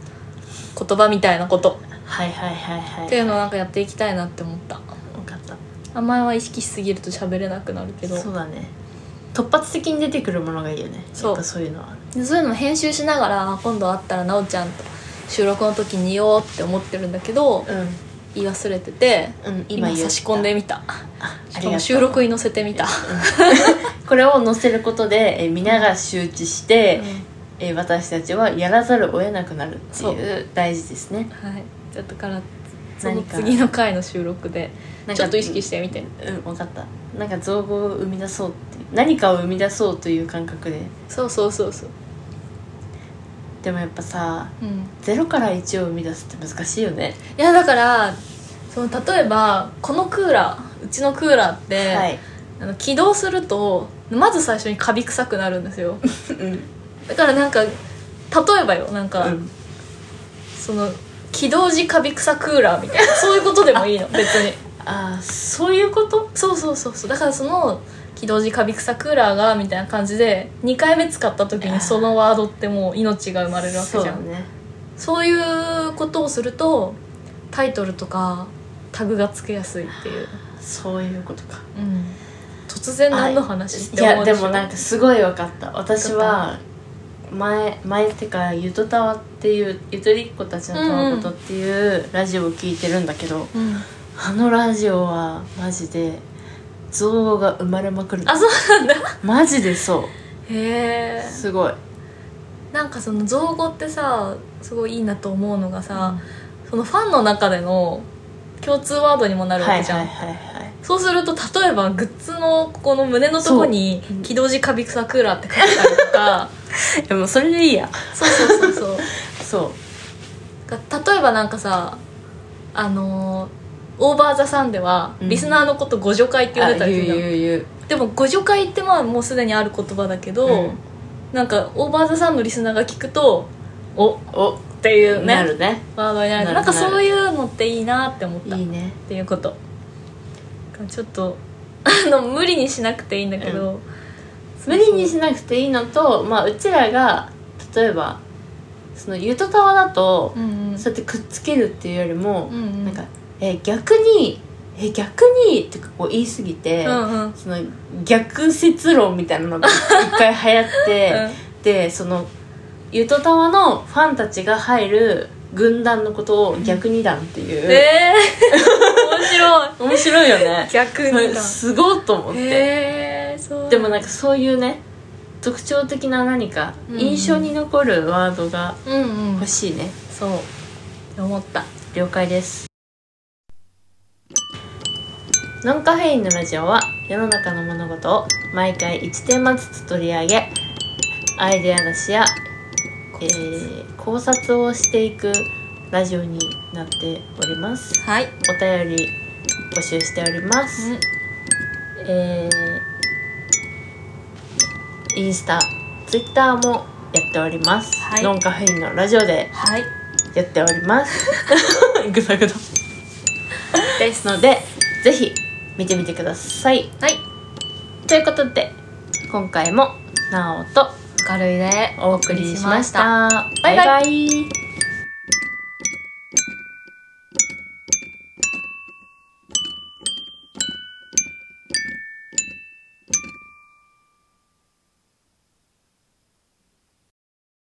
Speaker 3: 言葉みたいなこと
Speaker 2: はいはいはいはい
Speaker 3: っていうのをなんかやっていきたいなって思った
Speaker 2: 分かった
Speaker 3: 名前は意識しすぎると喋れなくなるけど
Speaker 2: そうだね突発的に出てくるものがいいよね
Speaker 3: そう
Speaker 2: やっぱそういうのは
Speaker 3: でそういうのを編集しながらあ今度会ったらなおちゃんと収録の時に言おうって思ってるんだけど
Speaker 2: う
Speaker 3: 言い忘れてて
Speaker 2: ん、うん、
Speaker 3: 今
Speaker 2: 今
Speaker 3: 差し込んでみた
Speaker 2: ああ
Speaker 3: し
Speaker 2: り
Speaker 3: か
Speaker 2: がと
Speaker 3: も
Speaker 2: う
Speaker 3: 収録に載せてみた、
Speaker 2: これを載せることでえ皆が周知して、え私たちはやらざるを得なくなるって
Speaker 3: そ
Speaker 2: いう大事ですね
Speaker 3: はいじゃあだからその
Speaker 2: 何か
Speaker 3: 次の回の収録で
Speaker 2: なん
Speaker 3: ち
Speaker 2: か
Speaker 3: ょっと意識してみて
Speaker 2: うん分かったなんか造語を生み出そうっていう何かを生み出そうという感覚で
Speaker 3: そうそうそうそう
Speaker 2: でもやっぱさ
Speaker 3: うん
Speaker 2: 0から1を生み出すって難しいよね、
Speaker 3: いやだからその例えばこのクーラーうちのクーラーって、
Speaker 2: はい、
Speaker 3: あの起動するとまず最初にカビ臭くなるんですよ
Speaker 2: うん
Speaker 3: だからなんか例えばよなんか、
Speaker 2: うん
Speaker 3: その起動時カビ臭クーラーみ たいなそういうことでもいいの別に
Speaker 2: ああそういうこと
Speaker 3: そうそうそうそうだからその起動時カビ臭クーラーがみたいな感じで2回目使った時にそのワードってもう命が生まれるわけじゃん
Speaker 2: そうだね
Speaker 3: そういうことをするとタイトルとかタグがつけやすいっていう、
Speaker 2: そういうことか
Speaker 3: うん、突然何の話っ
Speaker 2: い
Speaker 3: て思
Speaker 2: や
Speaker 3: う
Speaker 2: で
Speaker 3: でしょ
Speaker 2: もなんかすごい分かった私は前前ってかゆとたわっていうゆとりっ子たちのたわことっていうラジオを聞いてるんだけど、
Speaker 3: うん、
Speaker 2: あのラジオはマジで造語が生まれまくる
Speaker 3: あそうなんだ
Speaker 2: マジでそ
Speaker 3: へえ
Speaker 2: うすごい
Speaker 3: なんかその造語ってさすごいいいなと思うのがさ、そのファンの中での共通ワードにもなるわ
Speaker 2: はいはい
Speaker 3: けじゃん、
Speaker 2: はいはい
Speaker 3: そうすると例えばグッズのここの胸のとこに
Speaker 2: そうう
Speaker 3: 「
Speaker 2: ん
Speaker 3: 起動時カビ臭クーラー」って書いてあるとか
Speaker 2: でも それでいいや
Speaker 3: そうそうそうそう
Speaker 2: そう
Speaker 3: が例えばなんかさあのーオーバー・ザ・サン」では
Speaker 2: うん
Speaker 3: リスナーのことご助会って呼んでたりするじゃん
Speaker 2: う言う
Speaker 3: でもご助会ってまあもうすでにある言葉だけど、
Speaker 2: うん
Speaker 3: なんかオーバー・ザ・サンのリスナーが聞くと「お」っ
Speaker 2: お
Speaker 3: ていう
Speaker 2: な
Speaker 3: ね
Speaker 2: るね
Speaker 3: ワードになる
Speaker 2: なる
Speaker 3: なんか
Speaker 2: なる
Speaker 3: そういうのっていいなって思った
Speaker 2: い
Speaker 3: っ
Speaker 2: いね
Speaker 3: ていうことちょっと あの無理にしなくていいんだけど、
Speaker 2: 無理にしなくていいのとまあうちらが例えばそのゆとたわだと、
Speaker 3: うんうん
Speaker 2: そうやってくっつけるっていうよりも
Speaker 3: う、んうん
Speaker 2: なんか、えー逆にえー逆にってこう言い過ぎて、
Speaker 3: うんうん
Speaker 2: その逆説論みたいなのが一回流行 って、でそのゆとたわのファンたちが入る軍団のことを逆二団っていう
Speaker 3: うん、えー、面白い
Speaker 2: 面白いよ ね
Speaker 3: 逆に
Speaker 2: それ
Speaker 3: だ
Speaker 2: すごいと思って。
Speaker 3: へえそう
Speaker 2: でもなんかそういうね特徴的な何か
Speaker 3: うん
Speaker 2: 印象に残るワードが
Speaker 3: うんうん
Speaker 2: 欲しいね、
Speaker 3: そうって思った
Speaker 2: 了解ですノンカフェインのラジオは世の中の物事を毎回1テーマずつ取り上げアイデア出しや、えー考察をしていくラジオになっております
Speaker 3: はい、う
Speaker 2: お便り募集しております、
Speaker 3: ん、
Speaker 2: えーインスタ、ツイッターもやっております。
Speaker 3: はい
Speaker 2: ノンカフェインのラジオで
Speaker 3: はい
Speaker 2: やっております。 ぐだぐだ。ですので、ぜひ見てみてください。
Speaker 3: はい
Speaker 2: ということで、今回もなおと
Speaker 3: 軽いで
Speaker 2: お送りしました。
Speaker 3: バイバイ
Speaker 2: バイバイ